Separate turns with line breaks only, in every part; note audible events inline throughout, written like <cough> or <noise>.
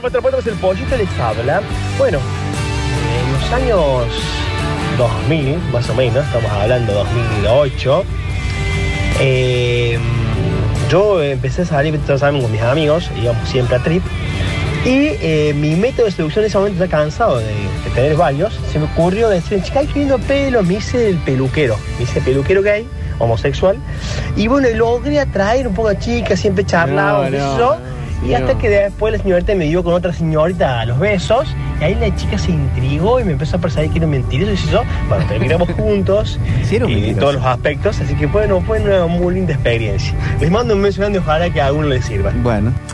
4 patas, el pollito les habla. Bueno, en los años 2000, más o menos, estamos hablando 2008, eh, yo empecé a salir todos saben, con mis amigos, íbamos siempre a trip. Y eh, mi método de seducción en ese momento, ya cansado de, de tener varios, se me ocurrió decir, chica, hay lindo pelo, me hice el peluquero, me hice peluquero gay, homosexual. Y bueno, y logré atraer un poco a chicas, siempre charlaba, qué
No,
sé
no,
yo.
no,
Y hasta
no.
que después la señorita me dio con otra señorita a los besos, y ahí la chica se intrigó y me empezó a perseguir que era un mentiroso, y yo, bueno, terminamos
<laughs>
juntos,
Sí, era un
y en
mentiroso.
todos los aspectos, así que bueno, fue una muy linda experiencia. Les mando un beso grande, ojalá que a alguno les sirva.
Bueno.
<laughs>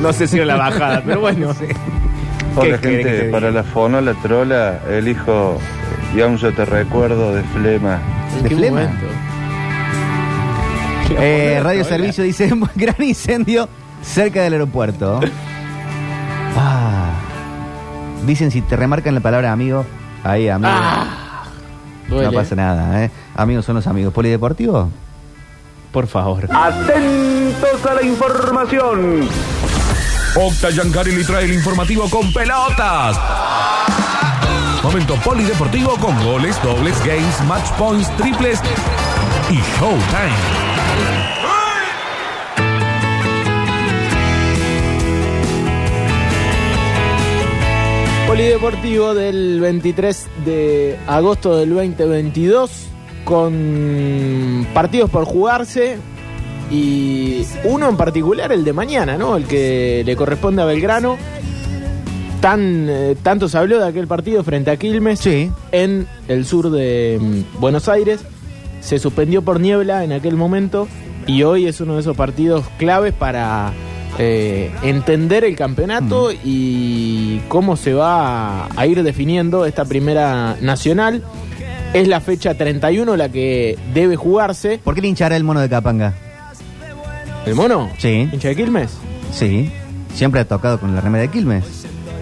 No sé si era la bajada, pero
<laughs>
bueno.
Hola
¿Qué querés que te
gente,
diga?
para la fono, la trola, elijo y aún yo te recuerdo de Flema.
¿De
¿Qué
flema?
momento?
Eh,
Hola,
Radio
hola.
Servicio dice, <laughs> gran incendio cerca
<laughs>
del aeropuerto. Ah. Dicen, si te remarcan la palabra amigo, ahí amigo.
Ah, Duele.
No pasa nada, ¿eh? Amigos son los amigos. ¿Polideportivo?
Por favor.
Atentos a la información.
Octa Yancari le trae el informativo con pelotas. Momento polideportivo con goles, dobles, games, match points, triples y showtime.
Polideportivo del 23 de agosto del 2022 con partidos por jugarse y uno en particular el de mañana, ¿no? El que le corresponde a Belgrano. Tan, eh, tanto se habló de aquel partido frente a Quilmes
Sí.
en el sur de mm, Buenos Aires. Se suspendió por niebla en aquel momento y hoy es uno de esos partidos claves para eh, entender el campeonato y cómo se va a ir definiendo esta primera nacional. Es la fecha 31 la que debe jugarse.
¿Por qué linchará el mono de Capanga?
¿El mono?
Sí.
¿Hincha de Quilmes?
Sí. Siempre ha tocado con la remera de Quilmes.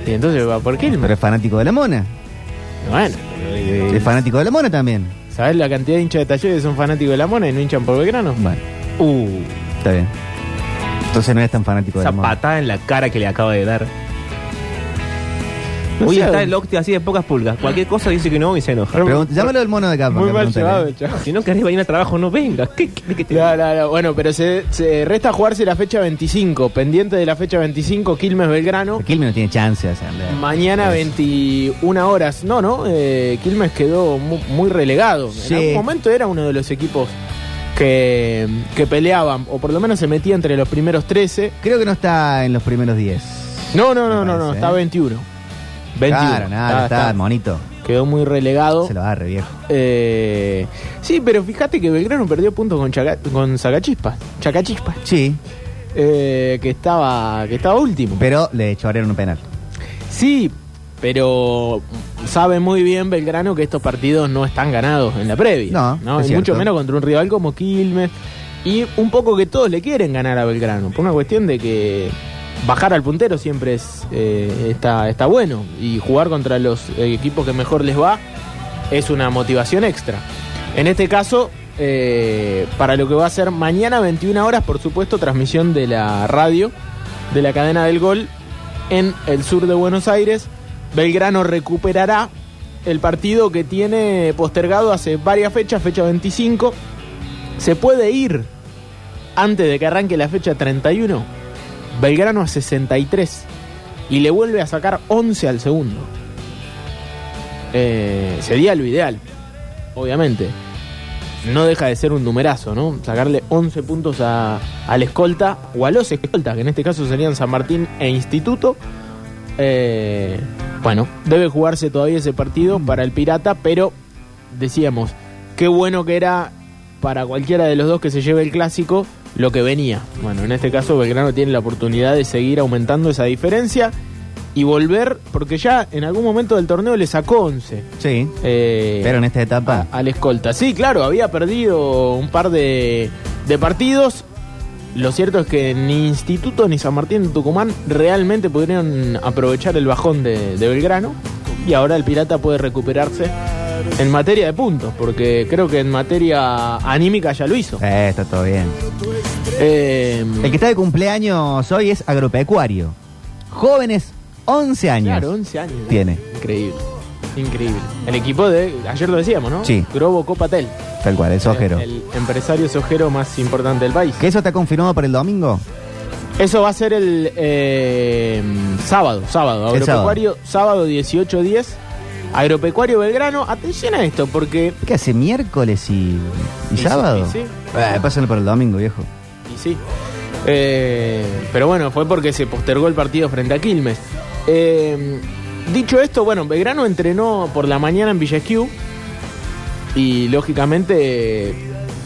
Y entonces va por
Pero
Quilmes.
es fanático de la mona.
Bueno, eh,
Es fanático de la mona también.
¿sabes la cantidad de hinchas de talleres que son fanáticos de la mona y no hinchan por Belgrano?
Bueno,
Uh,
está bien. Entonces no es tan fanático de la mona.
Zapatada en la cara que le acaba de dar.
No
Hoy
sé,
está el Octi así de pocas pulgas. Cualquier cosa dice que no y se enoja.
Pregunta- llámalo del mono de Capanga.
muy mal
pregúntale.
llevado, el chavo.
Si no querés venir a trabajo, no vengas. ¿Qué, qué, qué te-
No, no, no. Bueno, pero se, se resta jugarse la fecha 25. Pendiente de la fecha 25, Quilmes Belgrano.
Quilmes no tiene chance de hacerle.
Mañana 21 horas. No, no. eh, Quilmes quedó mu- muy, relegado.
Sí.
En algún momento era uno de los equipos que, que peleaban, o por lo menos se metía entre los primeros 13.
Creo que no está en los primeros 10.
No, no, no,
Me
no, no.
parece,
Está
¿eh?
21. 21.
Claro, nada,
Está-
está,
está.
monito.
Quedó muy relegado.
Se lo agarre, viejo.
Eh, sí, pero fíjate que Belgrano perdió puntos con, Chaca- con Sacachispas. Chacachispas.
Sí,
Eh, que estaba que estaba último.
pero le chorearon un penal.
sí, pero sabe muy bien Belgrano que estos partidos no están ganados en la previa.
No, es
Y mucho
cierto.
menos contra un rival como Quilmes. Y un poco que todos le quieren ganar a Belgrano. Por una cuestión de que bajar al puntero siempre es eh, está, está bueno. Y jugar contra los eh, equipos que mejor les va es una motivación extra. En este caso, eh, para lo que va a ser mañana 21 horas, por supuesto, transmisión de la radio, de la cadena del gol, en el sur de Buenos Aires. Belgrano recuperará el partido que tiene postergado hace varias fechas, fecha 25. Se puede ir antes de que arranque la fecha 31. Belgrano a 63. Y le vuelve a sacar 11 al segundo. Eh, sería lo ideal, obviamente. No deja de ser un numerazo, ¿no? Sacarle 11 puntos a, al escolta o a los escoltas, que en este caso serían San Martín e Instituto. Eh, bueno, debe jugarse todavía ese partido para el Pirata, pero decíamos, qué bueno que era para cualquiera de los dos que se lleve el clásico lo que venía. Bueno, en este caso Belgrano tiene la oportunidad de seguir aumentando esa diferencia y volver, porque ya en algún momento del torneo le sacó 11.
Sí,
eh,
pero en esta etapa.
a- al escolta. Sí, claro, había perdido un par de, de partidos. Lo cierto es que ni Instituto ni San Martín de Tucumán realmente pudieron aprovechar el bajón de, de Belgrano. Y ahora el Pirata puede recuperarse en materia de puntos, porque creo que en materia anímica ya lo hizo.
Eh, está todo bien.
Eh,
El que está de cumpleaños hoy es agropecuario. Jóvenes 11 años.
Claro, 11 años. ¿no?
Tiene.
Increíble. Increíble. El equipo de. Ayer lo decíamos, ¿no?
Sí.
Grobo Copatel.
Tal cual, es ojero.
El, el empresario sojero más importante del país.
¿Que eso está confirmado para el domingo?
Eso va a ser el eh, sábado, sábado,
El
agropecuario, sábado 18-10, agropecuario Belgrano. Atención a esto, porque.
¿Qué hace miércoles y, y
Y sí,
sábado?
y sí.
Eh, pásenlo para el domingo, viejo.
Y sí. Eh, pero bueno, fue porque se postergó el partido frente a Quilmes. Eh, dicho esto, bueno, Belgrano entrenó por la mañana en Villa Esquiú. Y lógicamente, eh,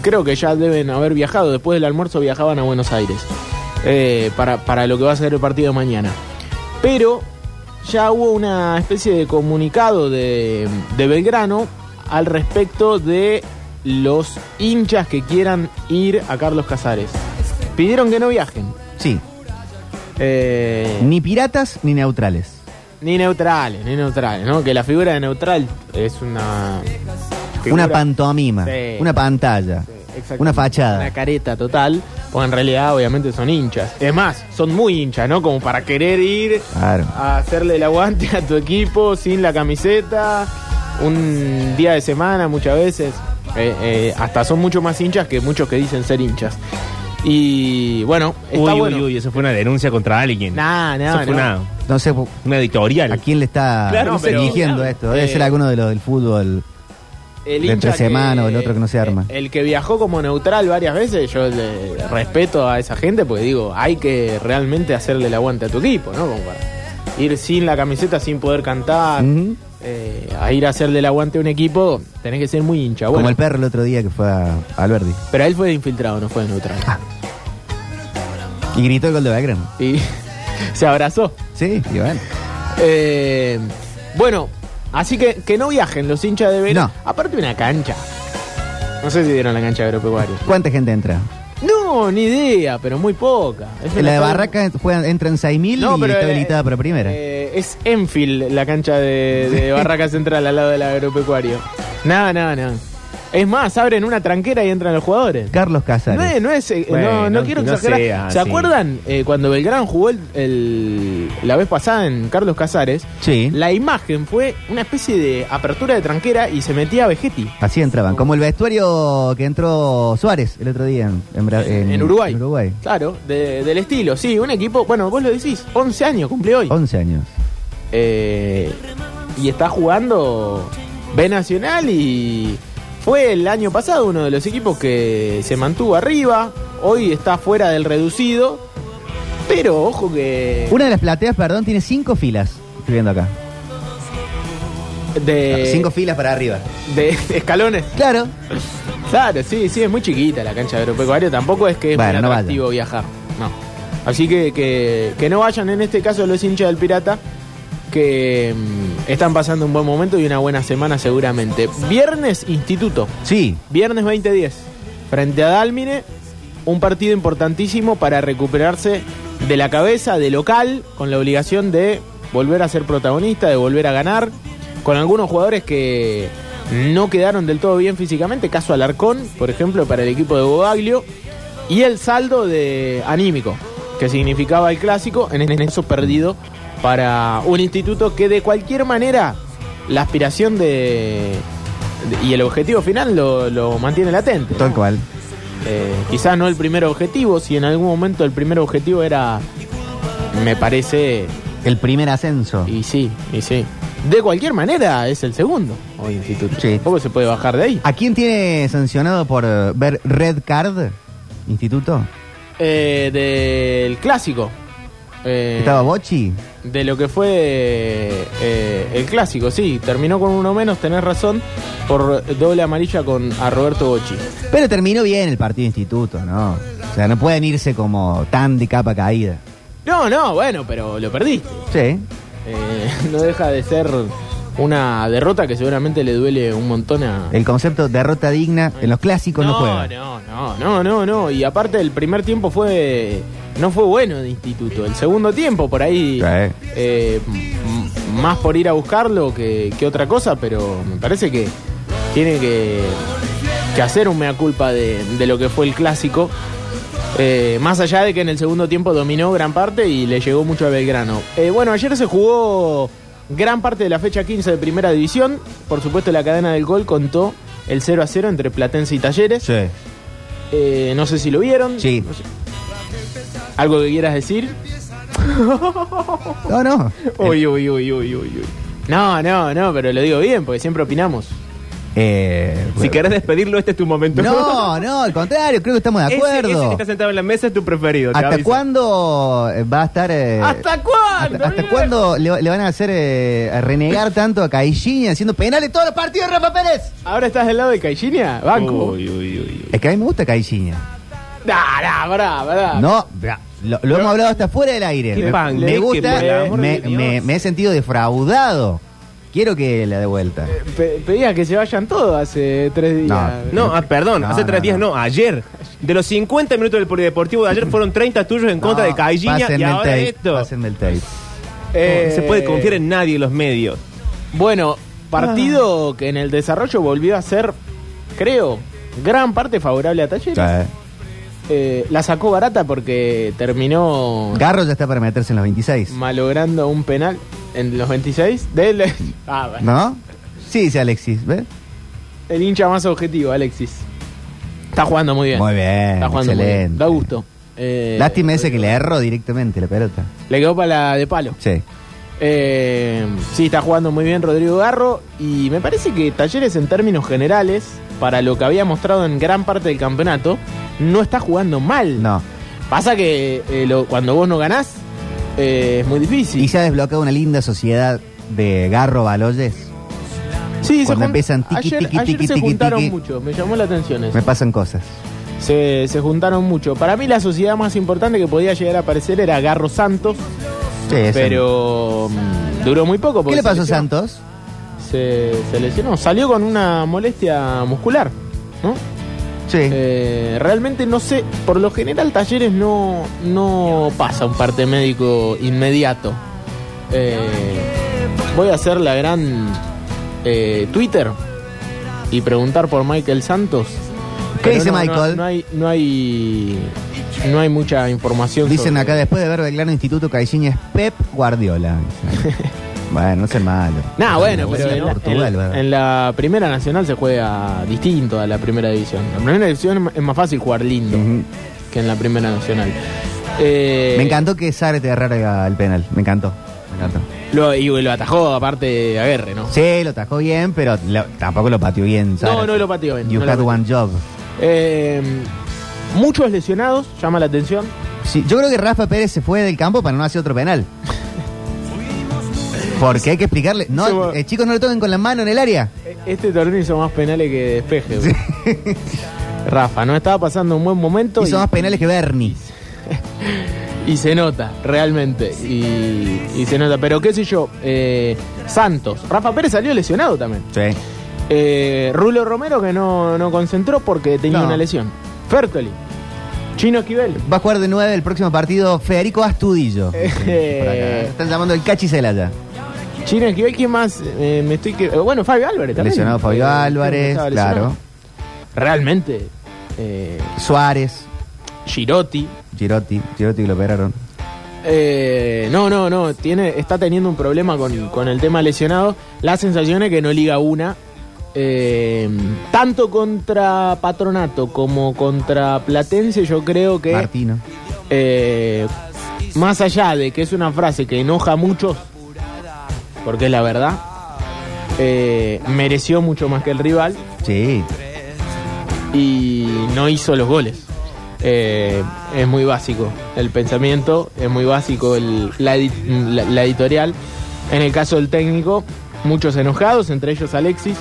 creo que ya deben haber viajado. Después del almuerzo viajaban a Buenos Aires. eh, para, para lo que va a ser el partido de mañana. Pero ya hubo una especie de comunicado de, de Belgrano al respecto de los hinchas que quieran ir a Carlos Casares. Pidieron que no viajen.
Sí,
Eh,
ni piratas ni neutrales.
ni neutrales, ni neutrales, ¿no? Que la figura de neutral es una...
Una
figura-
pantomima,
Sí.
una pantalla,
Exactamente.
una fachada.
Una careta total, porque en realidad obviamente son hinchas. Es más, son muy hinchas, ¿no? Como para querer ir
Claro.
a hacerle el aguante a tu equipo sin la camiseta, un día de semana muchas veces. Eh, eh, hasta son mucho más hinchas que muchos que dicen ser hinchas. Y bueno,
Uy,
está
uy,
bueno.
uy, eso fue una denuncia contra alguien.
Nah, nah,
eso fue
no.
una,
No sé
una editorial.
a quién le está
Claro,
no sé,
pero-
dirigiendo esto. Debe
Eh,
ser alguno de los del fútbol.
el
De entre
hincha
semana o el otro que no se arma.
El, que viajó como neutral varias veces, yo le respeto a esa gente porque digo, hay que realmente hacerle el aguante a tu equipo, ¿no? Como para ir sin la camiseta, sin poder cantar,
Ujú.
eh, a ir a hacerle el aguante a un equipo, tenés que ser muy hincha.
Como
Bueno,
el perro el otro día que fue a Alberdi. Ah.
pero él fue infiltrado, no fue neutral.
Y gritó el gol de Belgrano.
Y <laughs> se abrazó.
Sí, y bueno.
Eh, bueno, así que que no viajen los hinchas de Belén.
No.
Aparte una cancha. No sé si dieron la cancha agropecuaria.
¿Cuánta gente entra?
No, ni idea, pero muy poca. Es
En
una
la de
cal-
Barraca juegan- entran 6.000
No,
y
pero,
está
eh,
habilitada para primera.
eh, es Enfield la cancha de,
<laughs>
de Barraca Central al lado del agropecuario. Nada, nada, nada. Es más, abren una tranquera y entran los jugadores.
Carlos
No
Casares.
es, no es, eh,
Bueno,
no, no quiero
no
exagerar.
sea
¿Se
así.
acuerdan eh, cuando Belgrano jugó el- el- la vez pasada en Carlos Casares?
Sí.
La imagen fue una especie de apertura de tranquera y se metía Vegetti.
Así entraban. Como el vestuario que entró Suárez el otro día en, en Bra- en-
en Uruguay.
en Uruguay.
Claro, de- del estilo. Sí, un equipo, bueno, vos lo decís, 11 años, cumple hoy.
11 años.
Eh, y está jugando B Nacional y fue el año pasado uno de los equipos que se mantuvo arriba. Hoy está fuera del reducido. Pero ojo que...
Una de las plateas, perdón, tiene cinco filas. Estoy viendo acá.
Eh,
de,
cinco filas para arriba.
de <laughs> escalones.
Claro.
Claro, sí, sí, es muy chiquita la cancha de agropecuario. Tampoco es que es
Bueno,
muy
no
atractivo viajar. No. Así que, que, que no vayan en este caso los hinchas del Pirata, que mm, están pasando un buen momento y una buena semana seguramente. Viernes, Instituto.
Sí.
Viernes 20-10. Frente a Dálmine, un partido importantísimo para recuperarse de la cabeza, de local, con la obligación de volver a ser protagonista, de volver a ganar, con algunos jugadores que no quedaron del todo bien físicamente, caso Alarcón, por ejemplo, para el equipo de Bogaglio, y el saldo de anímico, que significaba el clásico, en, en eso perdido para un instituto que de cualquier manera la aspiración de, de- y el objetivo final lo, lo mantiene latente. ¿no?
Tal cual.
Eh, quizás no el primer objetivo, si en algún momento el primer objetivo era, me parece,
El primer ascenso.
y sí, y sí. De cualquier manera es el segundo hoy instituto.
Sí.
Tampoco se puede bajar de ahí.
¿A quién tiene sancionado por eh, ver Red Card? Instituto.
Eh, del clásico. eh,
Estaba Bochi.
de lo que fue eh, el clásico, sí. Terminó con uno menos, tenés razón, por doble amarilla con a Roberto Bocci.
Pero terminó bien el partido de instituto, ¿no? O sea, no pueden irse como tan de capa caída.
No, no, bueno, pero lo perdiste.
Sí.
Eh, <laughs> no deja de ser una derrota que seguramente le duele un montón a...
El concepto derrota digna en los clásicos no, juega.
no, no, no, no, no. Y aparte el primer tiempo fue... No fue bueno de instituto. El segundo tiempo por ahí...
Sí.
eh, m- m- más por ir a buscarlo que, que otra cosa, pero me parece que tiene que, que hacer un mea culpa de, de lo que fue el clásico. Eh, más allá de que en el segundo tiempo dominó gran parte y le llegó mucho a Belgrano. Eh, bueno, ayer se jugó gran parte de la fecha 15 de Primera División. Por supuesto, la cadena del gol contó el 0 a 0 entre Platense y Talleres.
Sí.
Eh, no sé si lo vieron.
Sí.
No sé. ¿Algo que quieras decir?
No, no.
Uy, uy, uy, uy, uy, uy. No, no, no, pero lo digo bien porque siempre opinamos.
Eh,
Si querés despedirlo, este es tu
<laughs>
momento.
<laughs>
No, no, al contrario, creo que estamos de
Ese-
acuerdo.
Ese, que está sentado en la mesa es tu preferido. te
¿Hasta
aviso.
cuándo eh, va a estar... eh,
¿Hasta cuándo?
¿Hasta, hasta
Miguel?
cuándo le, le van a hacer eh, a renegar tanto a Caixinha haciendo penales todos los partidos, Rafa Pérez?
¿Ahora estás del lado de Caixinha? Banco.
Uy, uy, uy, uy.
Es que a mí me gusta Caixinha.
Nah, nah, pará, pará.
No, bra- lo, lo hemos hablado hasta fuera del aire.
Ah. Qué
Me-
pan,
me
qué
gusta,
por el amor
me,
de
me-
Dios.
me he sentido defraudado. Quiero que la dé vuelta.
Eh,
Pe- pedía que se vayan todos hace tres días.
No.
No, ah, perdón,
No,
hace
no,
tres días
no.
no. ayer. De los 50 minutos del polideportivo
<laughs>
de ayer fueron 30 tuyos en contra
No,
de Caixinha y
pásenme el
ahora
tape,
esto.
pásenme el tape.
Eh,
No se puede confiar en nadie en los medios.
Bueno, partido
Ah.
que en el desarrollo volvió a ser, creo, gran parte favorable a Talleres.
Eh,
Eh, la sacó barata porque terminó
Garro ya está para meterse en los 26.
malogrando un penal en los 26 del... <laughs> Ah, bueno.
¿No? Sí, dice Alexis, ¿ves?
El hincha más objetivo, Alexis. Está jugando muy bien.
Muy bien,
Está jugando muy bien.
Eh, excelente.
Da gusto. Eh,
Lástima ese que le erró directamente la pelota.
Le quedó para la de palo.
Sí.
Eh, sí, está jugando muy bien Rodrigo Garro y me parece que Talleres en términos generales, para lo que había mostrado en gran parte del campeonato, no está jugando mal.
No.
Pasa que eh, lo- cuando vos no ganás, eh, es muy difícil.
Y se ha desbloqueado una linda sociedad de Garro Baloyes.
sí, se
cuando
jun-
empiezan tiqui,
ayer,
tiqui,
ayer
tiqui,
se
tiqui,
juntaron
tiqui.
mucho, me llamó la atención eso.
Me pasan cosas.
Se, se juntaron mucho. Para mí la sociedad más importante que podía llegar a aparecer era Garro Santos,
Sí, eso.
pero mm, duró muy poco.
¿Qué
porque
le
se
pasó a
lesionó.
Santos?
se, se lesionó. Salió con una molestia muscular, ¿no?
Sí.
Eh, realmente no sé, por lo general Talleres no, no pasa un parte médico inmediato. Eh, voy a hacer la gran eh, Twitter y preguntar por Michael Santos.
¿Qué
Pero
dice
no, no,
Michael?
No, hay, no hay no hay mucha información.
Dicen
sobre-
acá, después de ver Belgrano Instituto, Caixinha es Pep
<laughs>
Guardiola. Dicen. bueno, no sean malo.
Nah, bueno, pero
Sí,
en la,
Portugal,
en-
¿verdad?
en la primera nacional se juega distinto a la primera división. En la primera división es más fácil jugar lindo
Ujú.
que en la primera nacional. Eh,
Me encantó que Sárez te agarrara el penal. Me encantó. Me encantó.
Lo, y lo atajó aparte Aguerre, ¿no?
Sí, lo tajó bien, pero lo- tampoco lo pateó bien. Sárez.
No, no lo pateó bien,
You
no lo
had
pateó.
one job.
Eh, muchos lesionados, llama la atención.
Sí, yo creo que Rafa Pérez se fue del campo para no hacer otro penal. Porque hay que explicarle. No,
Sí,
eh, chicos, no le toquen con la mano en el área.
E- Este torneo hizo más penales que despeje. <laughs> Rafa, no estaba pasando un buen momento.
Hizo
y-
más penales que Bernie.
Y se nota, realmente. Y, y se nota. Pero qué sé yo, eh, Santos. Rafa Pérez salió lesionado también.
Sí.
Eh, Rulo Romero que no, no concentró porque tenía
No.
una lesión. Fertoli. Chino Esquivel.
Va a jugar de nueve el próximo partido Federico Astudillo.
Eh.
Por acá. Están llamando el Cachi Celaya.
Chino Esquivel, ¿quién más? Eh, me estoy que- eh, Bueno, Fabio Álvarez también.
Lesionado Fabio
Eh,
Álvarez,
estaba
claro.
lesionado. Realmente. eh,
Suárez,
Girotti.
Girotti, Girotti que lo operaron.
Eh, no, no, no. Tiene, está teniendo un problema con, con el tema lesionado. La sensación es que no liga una. Eh, tanto contra Patronato como contra Platense, yo creo que
Martino.
eh, más allá de que es una frase que enoja a muchos, porque es la verdad, eh, mereció mucho más que el rival
Sí.
y no hizo los goles. Eh, es muy básico el pensamiento, es muy básico el- la, edi- la- la editorial. En el caso del técnico, muchos enojados, entre ellos Alexis.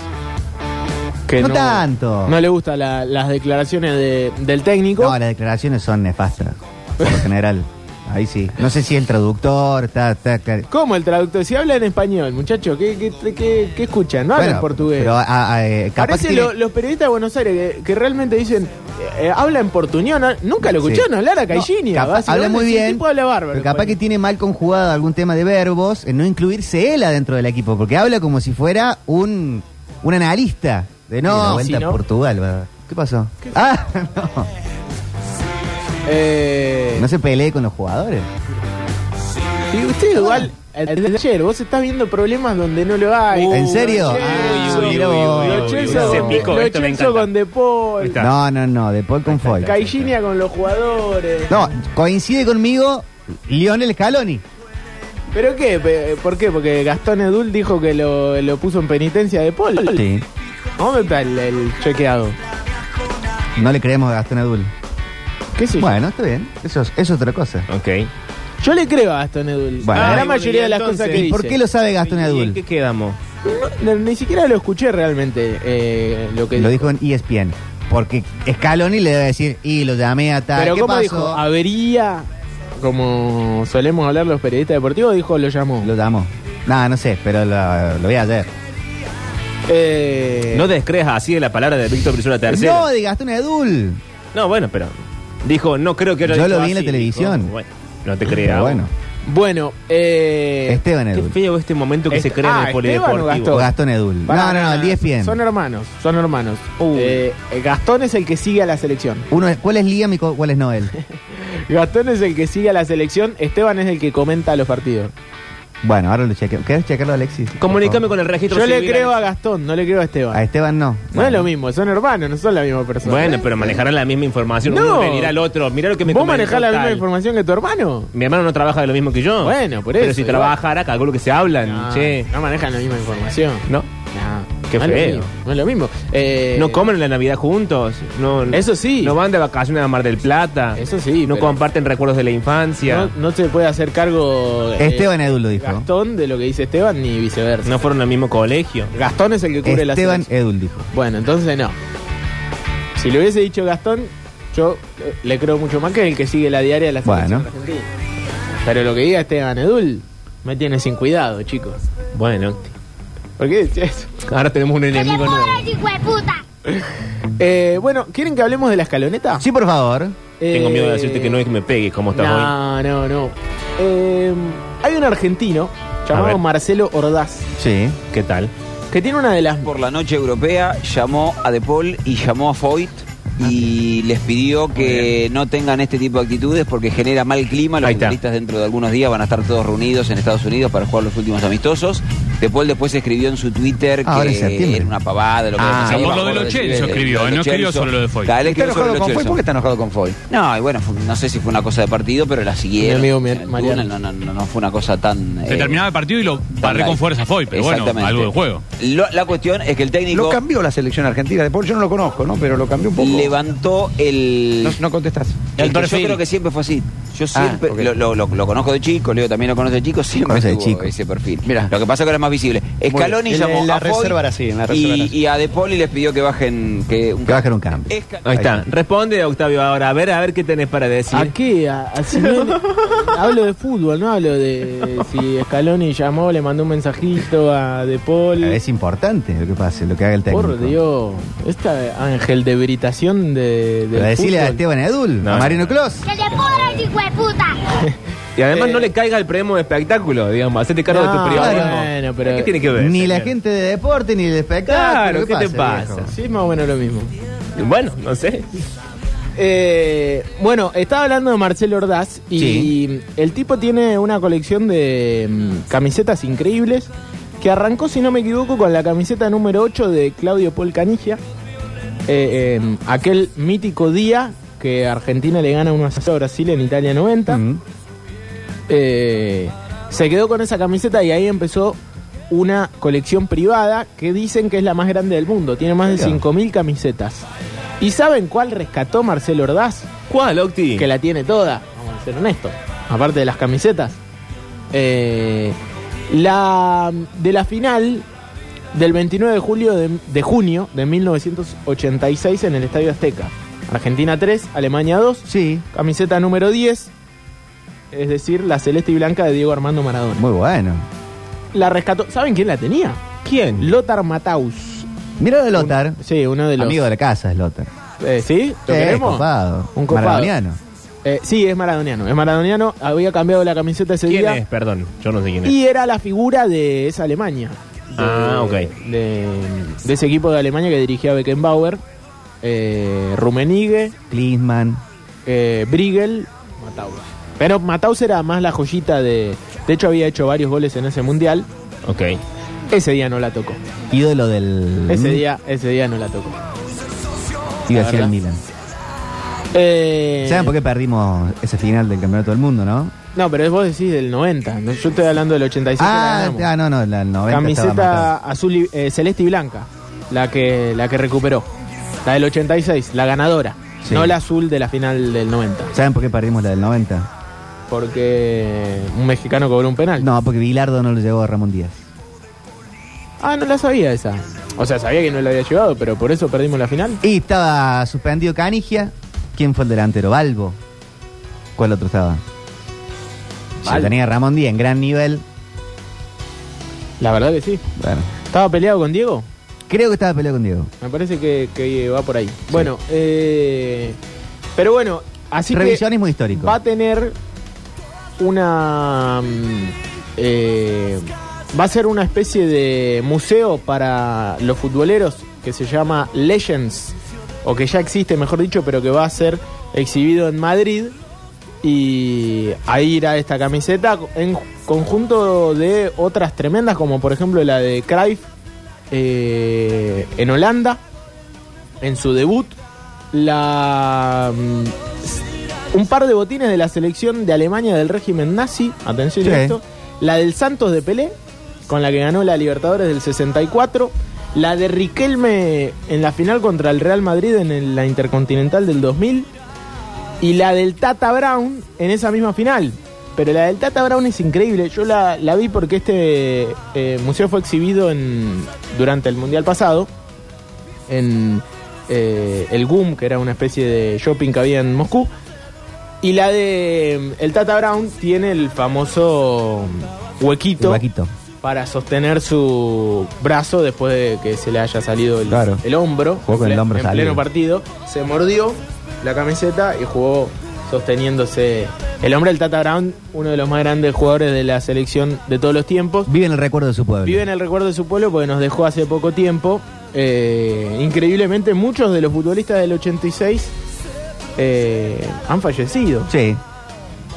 Que
No tanto.
No le gustan la- las declaraciones de- del técnico.
No, las declaraciones son nefastas. Por lo general. Ahí sí. No sé si el traductor está. está, está-
¿Cómo el traductor? Si habla en español, muchachos, ¿qué, qué, qué- qué escuchan? No hablan
Bueno,
portugués.
Pero ah, ah, eh, capaz que
Parece
tiene-
lo- los periodistas de Buenos Aires que, que realmente dicen, eh, eh, habla en portuñón. no- Nunca lo
Sí.
escucharon hablar a
No,
Caixinha.
capa-
básicamente,
habla muy
sí, el
bien.
tipo habla bárbaro. pues.
Pero capaz
Bueno.
que tiene mal conjugado algún tema de verbos en no incluirse él adentro del equipo, porque habla como si fuera un, un analista. De
Y la
no,
vuelta
si
a
<laughs> Portugal. va. ¿Qué pasó? Ah, no.
Eh,
No se pelee con los jugadores.
y usted igual, el el de ayer, vos estás viendo problemas donde no lo hay.
¿En serio? Ah,
Uy, uy,
mirá
uy,
vos.
uy, uy,
Lo
uy,
Chelsea
uy,
con-
se picó,
lo
esto me
Chelsea
encanta.
con De
Ahí
Paul,
está.
No, no, no, de Paul con Foy.
Caixinha con los jugadores.
No, coincide conmigo Lionel Scaloni.
¿Pero qué? Pe- ¿Por qué? Porque Gastón Edul dijo que lo, lo puso en penitencia de Paul.
Sí.
¿Cómo está el, el chequeado?
No le creemos a Gastón Edul.
¿Qué sé yo?
Bueno, está bien. Eso es, es otra cosa.
Ok.
Yo le creo a Gastón Edul.
Bueno.
la gran
Ay,
mayoría de las
entonces,
cosas que
¿y
dice.
¿Por qué lo sabe Gastón
¿Y en
Edul?
qué quedamos?
No, ni siquiera lo escuché realmente eh, lo que
Lo
dijo.
dijo en E ESPN. Porque Scaloni le debe decir, y lo llamé a tal.
Pero
"Ah, ¿qué
¿cómo
pasó?
dijo?
Ah.
Avería, como solemos hablar los periodistas deportivos, dijo lo llamó.
Lo llamó. Nada, no sé, pero lo, lo vi ayer.
Eh,
No te descreas así de la palabra de Víctor Brizuela III.
No,
No,
de Gastón Edul.
bueno, pero dijo, no creo que haya
Yo
dicho
lo vi en la
así,
televisión.
dijo. bueno, no te
Pero
creas.
bueno,
Bueno, eh,
Esteban
Qué
Edul.
feo este momento que
Este-
se crea
Ah,
en el
Esteban o
polideportivo.
O Gastón Edul.
pará,
no, no, no, el E ESPN.
Son hermanos, son hermanos.
Uh.
Eh, Gastón es el que sigue a la selección.
Uno es- ¿Cuál es Liam y cu- cuál es
<laughs>
Noel?
Gastón es el que sigue a la selección, Esteban es el que comenta los partidos.
Bueno, ahora lo chequeo. ¿Querés checarlo, Alexis?
Comunicame con el registro
Yo le
civil.
creo a Gastón, no le creo a Esteban.
A Esteban no.
No es lo mismo, son hermanos, no son la misma persona.
Bueno, pero manejarán la misma información.
No.
Uno venir al otro. Mirá lo que me
¿Vos
comentó
manejás la misma
tal.
información que tu hermano?
Mi hermano no trabaja de lo mismo que yo.
Bueno, por
Pero
eso,
si
igual.
trabajara, calculo que se hablan. che.
no manejan la misma información.
¿No?
No,
Qué
no es lo
feo.
mismo, No es lo mismo. Eh,
¿No comen en la Navidad juntos? No,
Eso sí.
¿No van de vacaciones a Mar del Plata?
Eso sí,
¿No
pero-
comparten recuerdos de la infancia?
no, no se puede hacer cargo eh,
Esteban Edul lo dijo.
Gastón de lo que dice Esteban ni viceversa.
No, fueron al mismo colegio?
Gastón es el que cubre la
Esteban
selección.
Edul dijo.
Bueno, entonces no. Si lo hubiese dicho Gastón, yo eh, le creo mucho más que el que sigue la diaria de la selección
Bueno.
argentina. Pero lo que diga Esteban Edul me tiene sin cuidado, chicos.
Bueno,
¿Por qué decía eso?
ahora tenemos un enemigo nuevo.
Eh, bueno, ¿quieren que hablemos de la
Ah.
escaloneta? Eh,
Sí, por favor.
Tengo miedo de decirte que no es que me pegue como estás hoy.
No, no, no. Eh, hay un argentino
A
llamado
ver.
Marcelo Ordaz
Sí.
¿Qué tal?
que tiene una de las.
Por la noche europea llamó a De Paul y llamó a Foyt y les pidió que no tengan este tipo de actitudes porque genera mal clima. Los
Ahí está.
futbolistas dentro de algunos días van a estar todos reunidos en Estados Unidos para jugar los últimos amistosos. De Paul después escribió en su Twitter
Ah, ahora en
que
septiembre.
era una pavada. Lo que
Ah,
decía,
por lo de
por
los
decir,
Chelsea
eh,
escribió,
lo de
eh, no
los
escribió
Chelsea.
sobre lo de Foyt.
Claro, él
¿Está
escribió sobre
enojado
los
con Foy?
Chelsea.
¿Por qué está enojado con Foy?
No, y bueno, fue- no sé si fue una cosa de partido, pero la siguieron.
Mi amigo
O sea,
Mier-
el
Mariano.
túnel No, no, no, no fue una cosa tan.
Se
eh,
terminaba el partido y lo barré con fuerza a Foy, pero bueno,
Exactamente.
algo de juego.
Lo- la cuestión es que el técnico
Lo cambió la selección argentina. De Paul yo no lo conozco, ¿no? Pero lo cambió un poco.
levantó el.
No, no contestás.
el
El
que
perfil.
yo creo que siempre fue así. Yo siempre
Ah, ok.
lo, lo- lo- lo conozco de chico, Leo también lo conoce de chico, siempre
Conoce de
tuvo
chico.
ese perfil.
Mirá.
Lo que pasa es que era más visible. Escaloni
bien. En-
llamó
en la
a Foy
reserva era así, en la reserva era
y,
así.
y a De Paul y les pidió que bajen que un
Que va a hacer un cambio.
Esca-
Ahí está. Responde, Octavio, ahora. A ver, a ver qué tenés para decir.
¿A qué? A- a Simeone. hablo de fútbol, no hablo de si Scaloni llamó, le mandó un mensajito a De Paul.
Es importante lo que pase, lo que haga el técnico.
Por Dios, esta ángel de veritación de.
Pero
del
decirle a
fútbol.
Esteban Edul,
No,
a Marino
no, no.
Clos.
Y además
Eh.
no le caiga el premio de espectáculo, digamos. Hacete cargo de
No,
tu periodismo.
bueno, pero-
¿Qué tiene que ver?
Ni la
señor?
gente de deporte, ni el espectáculo.
Claro, ¿qué te pasa?
viejo?
Sí, es más o menos lo mismo.
Bueno, no sé.
Eh, bueno, estaba hablando de Marcelo Ordaz y
Sí.
el tipo tiene una colección de mm, camisetas increíbles que arrancó, si no me equivoco, con la camiseta número 8 de Claudio Paul Canigia. Eh, eh, aquel mítico día que Argentina le gana 1 a 0 a Brasil en Italia 90.
Mm.
Eh, se quedó con esa camiseta y ahí empezó una colección privada que dicen que es la más grande del mundo. Tiene más de
Mira.
5.000 camisetas. ¿Y saben cuál rescató Marcelo Ordaz?
¿Cuál, Octi?
Que la tiene toda, vamos a ser honestos. Aparte de las camisetas. Eh, la de la final del 29 de julio de, de junio de 1986 en el Estadio Azteca. Argentina 3, Alemania 2.
Sí,
Camiseta número 10, es decir, la celeste y blanca de Diego Armando Maradona.
muy bueno.
La rescató. ¿Saben quién la tenía?
¿Quién?
Lothar Mataus.
Mira lo de Lothar.
Sí, uno de los.
Amigo de la casa es Lothar.
Eh, ¿Sí? ¿Lo
Sí,
queremos?
copado.
Un copado.
Maradoniano.
Eh, sí, es maradoniano. Es maradoniano. Había cambiado la camiseta ese
¿Quién
día.
es? Perdón, yo no sé quién es.
Y era la figura de esa Alemania. De-
Ah, ok.
De, de ese equipo de Alemania que dirigía Beckenbauer, eh, Rummenigge,
Klinsmann.
eh, Briegel, Mataus. Pero Mataus era más la joyita de. De hecho, había hecho varios goles en ese mundial.
Ok.
Ese día no la tocó.
Ídolo del.
Ese día, ese día no la tocó.
Iba a
la
decir el
verdad.
Milan.
Eh,
¿Saben por qué perdimos ese final del campeonato del mundo, no?
No, pero vos decís del 90. No, Yo estoy hablando del 87. que la
Ah,
ganamos.
ah, no, no, la el 90 estaba
Camiseta
marcada.
azul y- eh, celeste y blanca, la que, la que recuperó. La del 86, la ganadora.
Sí.
No la azul de la final del 90.
¿Saben por qué perdimos la del 90?
Porque un mexicano cobró un penal.
No, porque Bilardo no lo llevó a Ramón Díaz.
Ah, no la sabía esa. O sea, sabía que no la había llevado, pero por eso perdimos la final.
Y estaba suspendido Canigia. ¿Quién fue el delantero? Balbo. ¿Cuál otro estaba? Se
Balbo.
tenía Ramón Díaz en gran nivel.
La verdad que sí.
Bueno,
¿Estaba peleado con Diego?
creo que estaba peleado con Diego.
Me parece que, que va por ahí. Bueno, eh, pero bueno, así que...
Revisionismo histórico.
va a tener una mm, eh, va a ser una especie de museo para los futboleros que se llama Legends o que ya existe mejor dicho pero que va a ser exhibido en Madrid y ahí irá esta camiseta en conjunto de otras tremendas como por ejemplo la de Cruyff eh, en Holanda en su debut la mm, un par de botines de la selección de Alemania del régimen nazi, atención
Sí.
a esto, la del Santos de Pelé, con la que ganó la Libertadores del 64, la de Riquelme en la final contra el Real Madrid en el- la Intercontinental del 2000 y la del Tata Brown en esa misma final. Pero la del Tata Brown es increíble, yo la, la vi porque este eh, museo fue exhibido en, durante el Mundial pasado en eh, el GUM, que era una especie de shopping que había en Moscú. Y la de mm, el Tata Brown tiene el famoso
El
huequito
vaquito.
para sostener su brazo después de que se le haya salido el,
Claro.
el hombro.
Jugó con
en
el
ple-
hombro
en
salido.
pleno partido. Se mordió la camiseta y jugó sosteniéndose el hombre del Tata Brown, uno de los más grandes jugadores de la selección de todos los tiempos.
Vive en el recuerdo de su pueblo.
Vive en el recuerdo de su pueblo porque nos dejó hace poco tiempo. Eh, increíblemente, muchos de los futbolistas del 86 eh, han fallecido.
Sí.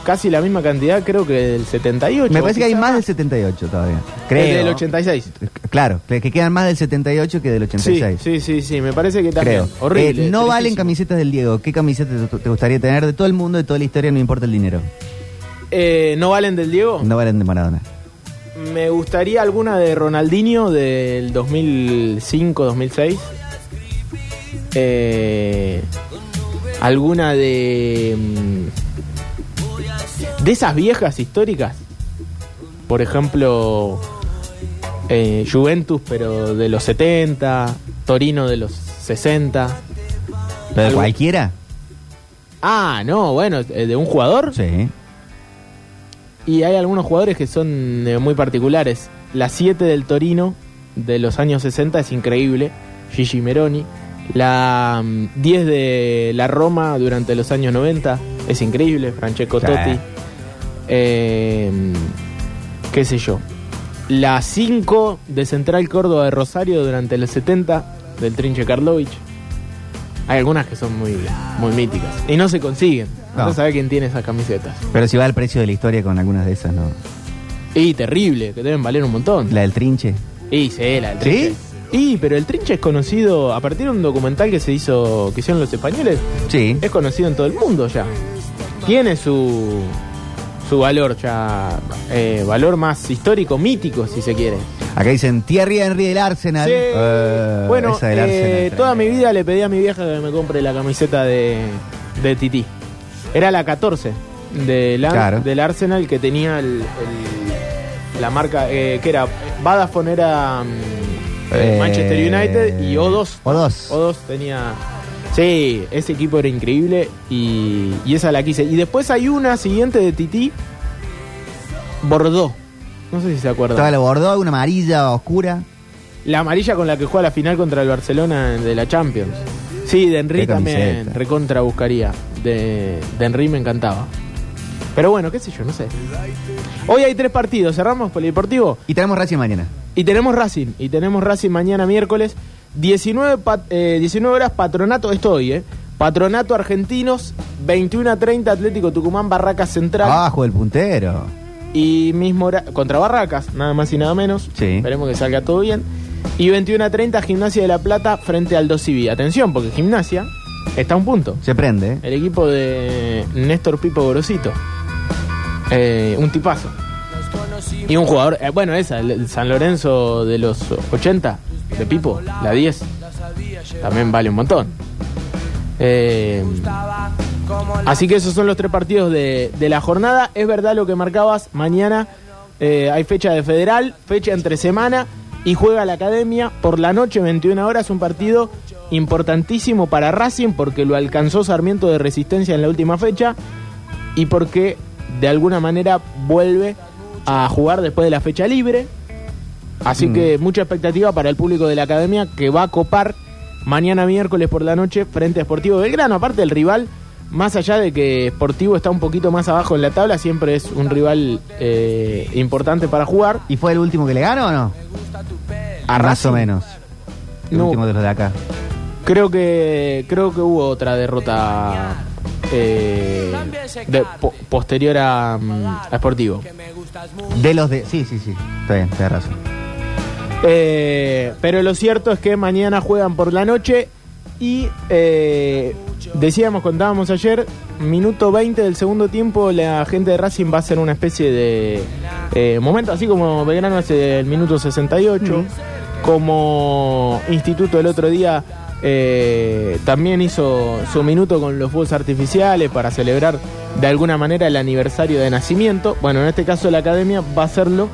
Casi la misma cantidad, creo que del 78.
Me parece que hay
quizá
más del 78 todavía.
El
Creo.
del 86.
Claro, que que quedan más del 78 que del 86.
Sí, sí, sí, sí, me parece que también.
Creo.
Horrible.
Eh, no valen
tristísimo.
camisetas del Diego. ¿Qué camiseta te, te gustaría tener de todo el mundo, de toda la historia? No importa el dinero.
Eh, ¿No valen del Diego?
No valen de Maradona.
Me gustaría alguna de Ronaldinho del 2005-2006. Eh, alguna de. mm, De esas viejas históricas. Por ejemplo, eh, Juventus, pero de los 70. Torino de los 60.
¿Pero de
Algo-
cualquiera?
Ah, no, bueno, eh, de un jugador.
Sí.
Y hay algunos jugadores que son eh, muy particulares. La 7 del Torino de los años 60 es increíble. Gigi Meroni. La mm, 10 de la Roma durante los años 90 es increíble. Francesco
Sí.
Totti. Eh, ¿Qué sé yo? La 5 de Central Córdoba de Rosario durante los 70 del Trinche Karlovich. Hay algunas que son muy, muy míticas. Y no se consiguen. No,
No.
sabe quién tiene esas camisetas.
Pero si va al precio de la historia con algunas de esas, ¿no?
Y terrible, que deben valer un montón.
La del trinche.
Y sí, la del
¿Sí?
Trinche. Y, pero el Trinche es conocido, a partir de un documental que se hizo, que hicieron los españoles,
Sí.
es conocido en todo el mundo ya. Tiene su, su valor ya, eh, valor más histórico, mítico, si se quiere.
Acá dicen Thierry Henry del Arsenal.
Sí.
Eh,
bueno,
esa del
eh,
Arsenal.
toda mi vida le pedí a mi vieja que me compre la camiseta de, de Tití. Era la 14 del Ar-
Claro.
del Arsenal que tenía el- el- la marca eh, que era Badafone era mm, eh,
Eh,
Manchester United y O2.
O2.
O2 tenía. Sí, ese equipo era increíble y, y esa la quise. Y después hay una siguiente de Tití, Bordeaux. No sé si se acuerdan.
Estaba la Bordeaux, una amarilla oscura.
La amarilla con la que juega la final contra el Barcelona de la Champions. Sí, de Henry
Qué camiseta.
también recontra buscaría. De, de Henry me encantaba. Pero bueno, qué sé yo, no sé. Hoy hay tres partidos, cerramos Polideportivo
Y tenemos Racing mañana.
y tenemos Racing. Y tenemos Racing mañana miércoles. 19, pa- eh, 19 horas patronato, esto hoy, ¿eh? Patronato Argentinos, 21 a 30, Atlético Tucumán, Barracas Central.
Abajo del puntero.
Y mismo hora- contra Barracas, nada más y nada menos.
Sí.
Esperemos que salga todo bien. Y 21 a 30, Gimnasia de La Plata frente al 2 Civi. Atención, porque Gimnasia está a un punto.
Se prende. ¿eh?
El equipo de Néstor Pipo Gorosito. Eh, un tipazo. Y un jugador, eh, bueno, esa, el, el San Lorenzo de los 80, de Pipo, la 10. También vale un montón. Eh, así que esos son los tres partidos de, de la jornada. Es verdad lo que marcabas, mañana eh, hay fecha de federal, fecha entre semana y juega la academia por la noche, 21 horas, un partido importantísimo para Racing porque lo alcanzó Sarmiento de Resistencia en la última fecha y porque de alguna manera vuelve a jugar después de la fecha libre. Así que mucha expectativa para el público de la academia que va a copar mañana miércoles por la noche frente a Sportivo Belgrano. Aparte el rival, más allá de que Sportivo está un poquito más abajo en la tabla, siempre es un rival eh, importante para jugar.
¿Y fue el último que le ganó o no?
A
Más
Racing,
o menos. El
No.
último de los de acá.
Creo que creo que hubo otra derrota eh, de- po- posterior a, mm, a Sportivo.
De los de. Sí, sí, sí. Está bien, tenés razón.
Eh, pero lo cierto es que mañana juegan por la noche y eh, decíamos, contábamos ayer, minuto 20 del segundo tiempo, la gente de Racing va a hacer una especie de eh, momento, así como Belgrano hace el minuto 68, como Instituto el otro día eh, también hizo su minuto con los fuegos artificiales para celebrar de alguna manera el aniversario de nacimiento. Bueno, en este caso la academia va a hacerlo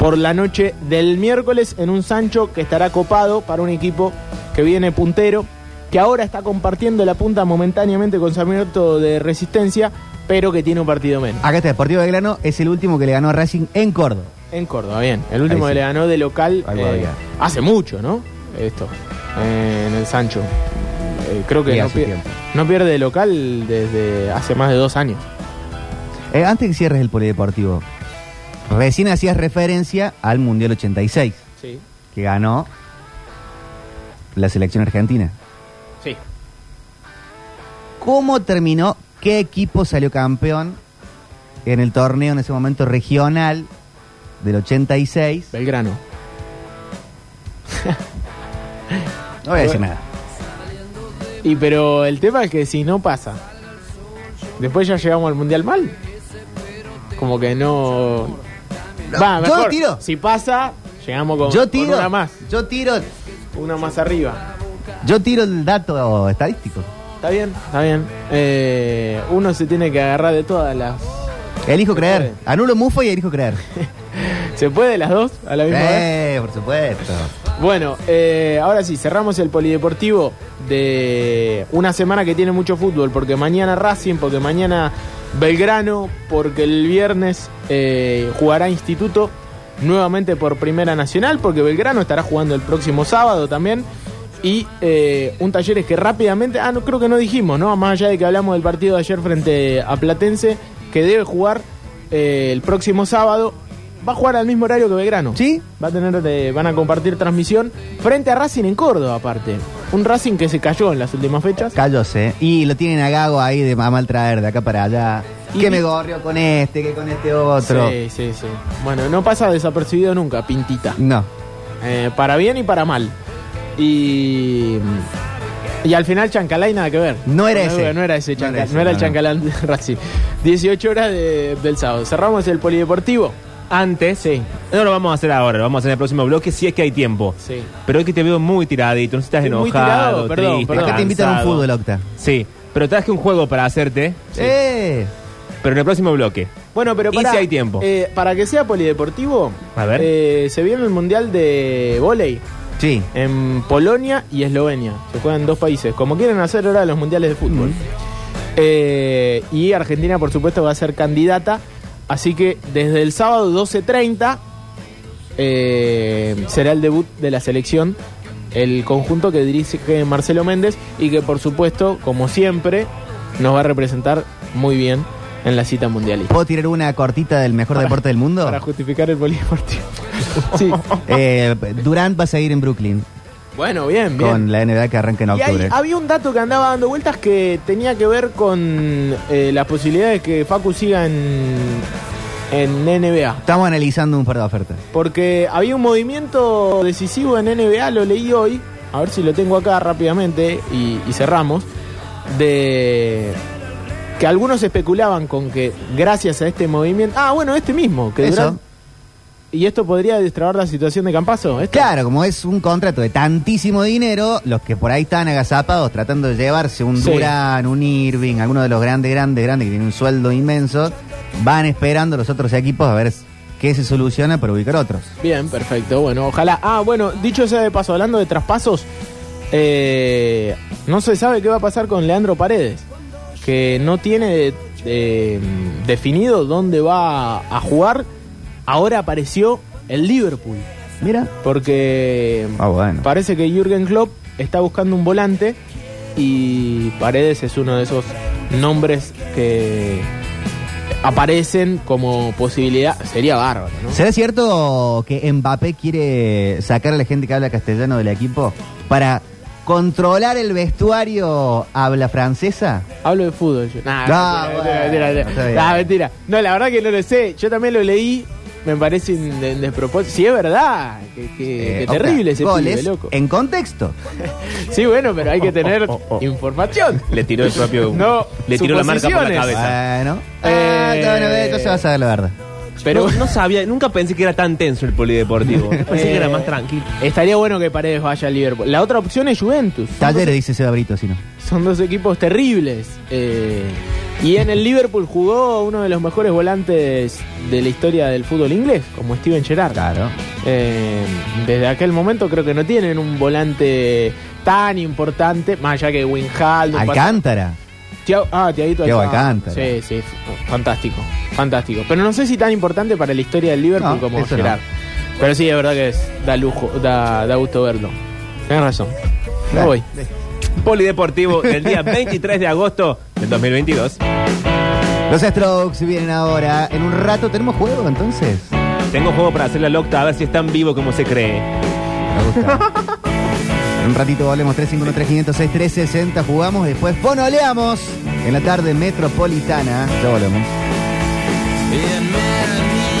por la noche del miércoles en un Sancho que estará copado para un equipo que viene puntero, que ahora está compartiendo la punta momentáneamente con Sarmiento de Resistencia, pero que tiene un partido menos.
Acá está, Deportivo Belgrano es el último que le ganó a Racing en Córdoba.
En Córdoba, bien. El último
Ahí sí.
que le ganó de local
Ahí va,
eh,
bien.
hace mucho, ¿no? Esto, eh, en el Sancho. Eh, creo que
Y
no,
hace
pier-
tiempo.
no pierde de local desde hace más de dos años.
Eh, antes que cierres el polideportivo, recién hacías referencia al Mundial 86,
Sí.
que ganó la selección argentina.
Sí.
¿Cómo terminó? ¿Qué equipo salió campeón en el torneo en ese momento regional del 86?
Belgrano.
No voy a decir nada.
Y pero el tema es que si no pasa, después ya llegamos al mundial mal. Como que no. Va,
yo
mejor.
tiro.
Si pasa, llegamos con,
Yo
con
tiro.
una más,
Yo tiro.
una más arriba.
Yo tiro el dato estadístico.
Está bien, está bien. Eh, uno se tiene que agarrar de todas las.
Elijo
Se
creer. Anulo Mufo y elijo creer.
¿Se puede las dos a la misma vez?
Eh, por supuesto.
Bueno, eh, ahora sí, cerramos el polideportivo de una semana que tiene mucho fútbol, porque mañana Racing, porque mañana Belgrano, porque el viernes eh, jugará Instituto nuevamente por Primera Nacional, porque Belgrano estará jugando el próximo sábado también. Y eh, un Talleres que rápidamente, ah, no creo que no dijimos, ¿no? Más allá de que hablamos del partido de ayer frente a Platense, que debe jugar eh, el próximo sábado, va a jugar al mismo horario que Belgrano.
¿Sí?
Va a tener, eh, van a compartir transmisión frente a Racing en Córdoba, aparte. Un Racing que se cayó en las últimas fechas.
Cállose. Y lo tienen a Gago ahí de a mal traer de acá para allá.
Y-
Que me gorrió con este, que con este otro.
Sí, sí, sí. Bueno, no pasa desapercibido nunca, Pintita.
No.
Eh, para bien y para mal. Y. Y al final Chancalay nada que ver.
No era ese.
No era ese
No era
Chancalay.
ese,
No era el
no, no.
Chancalán de Racing. <laughs> 18 horas de- del sábado. Cerramos el polideportivo.
Antes,
Sí.
no lo vamos a hacer ahora, lo vamos a hacer en el próximo bloque si es que hay tiempo.
Sí.
Pero hoy que te veo muy tiradito, no estás
Estoy muy
enojado,
tirado, perdón,
triste,
perdón.
Acá te invitan a un
cansado.
fútbol, Octa.
Sí, pero traje un juego para hacerte,
¡Eh!
pero en el próximo bloque.
Bueno, pero
Y
para,
si hay tiempo.
eh, para que sea polideportivo,
A ver.
eh, se viene el Mundial de Volei
Sí.
en Polonia y Eslovenia. Se juegan dos países, como quieren hacer ahora los Mundiales de Fútbol. Eh, y Argentina, por supuesto, va a ser candidata. Así que desde el sábado 12.30 eh, será el debut de la selección. El conjunto que dirige Marcelo Méndez y que, por supuesto, como siempre, nos va a representar muy bien en la cita mundialista.
¿Puedo tirar una cortita del mejor deporte del mundo?
Para justificar el polideportivo. sí.
Eh, Durant va a seguir en Brooklyn.
Bueno, bien, bien.
Con la NBA que arranca en
Y ahí
octubre.
había un dato que andaba dando vueltas que tenía que ver con eh, las posibilidades de que Facu siga en, en NBA.
Estamos analizando un par de ofertas.
Porque había un movimiento decisivo en NBA, lo leí hoy, a ver si lo tengo acá rápidamente y, y cerramos, de que algunos especulaban con que gracias a este movimiento... Ah, bueno, este mismo, que
Eso.
Durant- ¿Y esto podría destrabar la situación de Campazo?
Claro, como es un contrato de tantísimo dinero, los que por ahí están agazapados tratando de llevarse un
Sí.
Durán, un Irving, alguno de los grandes, grandes, grandes que tienen un sueldo inmenso, van esperando los otros equipos a ver qué se soluciona para ubicar otros.
Bien, perfecto. Bueno, ojalá. Ah, bueno, dicho sea de paso, hablando de traspasos, eh, no se sabe qué va a pasar con Leandro Paredes, que no tiene eh, definido dónde va a jugar. Ahora apareció el Liverpool,
Mira.
porque
Ah, bueno.
parece que Jürgen Klopp está buscando un volante y Paredes es uno de esos nombres que aparecen como posibilidad. Sería bárbaro, ¿no?
¿Será cierto que Mbappé quiere sacar a la gente que habla castellano del equipo para controlar el vestuario habla francesa?
Hablo de fútbol yo. Nah,
Ah,
mentira,
bueno,
mentira, mentira.
está bien.
Nah, mentira. No, la verdad que no lo sé. Yo también lo leí. Me parece un de- despropósito. Sí, es verdad. Que, que- que
Eh,
terrible
Oca,
ese
goles
pibe, loco.
En Oh, contexto.
Sí, bueno, pero
<laughs>
hay que tener información.
Le tiró el
<laughs>
propio.
No,
Le tiró la marca por la
suposiciones.
cabeza.
Bueno. Ah,
Eh.
bueno, entonces vas a ver la verdad.
Pero
Pero
no sabía, nunca pensé que era tan tenso el
<laughs>
polideportivo. Pensé que
Eh.
era más tranquilo.
estaría bueno que Paredes vaya al Liverpool. La otra opción es Juventus. Son
Talleres, dice Seba Brito, si no.
dos- Son dos equipos terribles. Eh, y en el Liverpool jugó uno de los mejores volantes de la historia del fútbol inglés, como Steven Gerrard.
Claro.
Eh, desde aquel momento creo que no tienen un volante tan importante, más allá que Wijnaldum.
Alcántara.
Tiago- ah, Tiaguito
Tiago
Alcántara.
Alcántara.
Sí, sí, f- fantástico, fantástico. Pero no sé si tan importante para la historia del Liverpool
No,
como
eso no.
Gerard. Pero sí, es verdad que es, da lujo, da, da gusto verlo. Tienes razón. Me
Claro.
voy.
Polideportivo del día 23 de agosto del 2022.
Los Strokes vienen ahora. En un rato tenemos juego, entonces.
Tengo juego para hacer la locta a ver si es tan vivo como se cree.
Me <laughs> gusta. En un ratito volvemos 353-506-360. Jugamos, después fonoleamos en la tarde metropolitana. Ya volvemos.
It might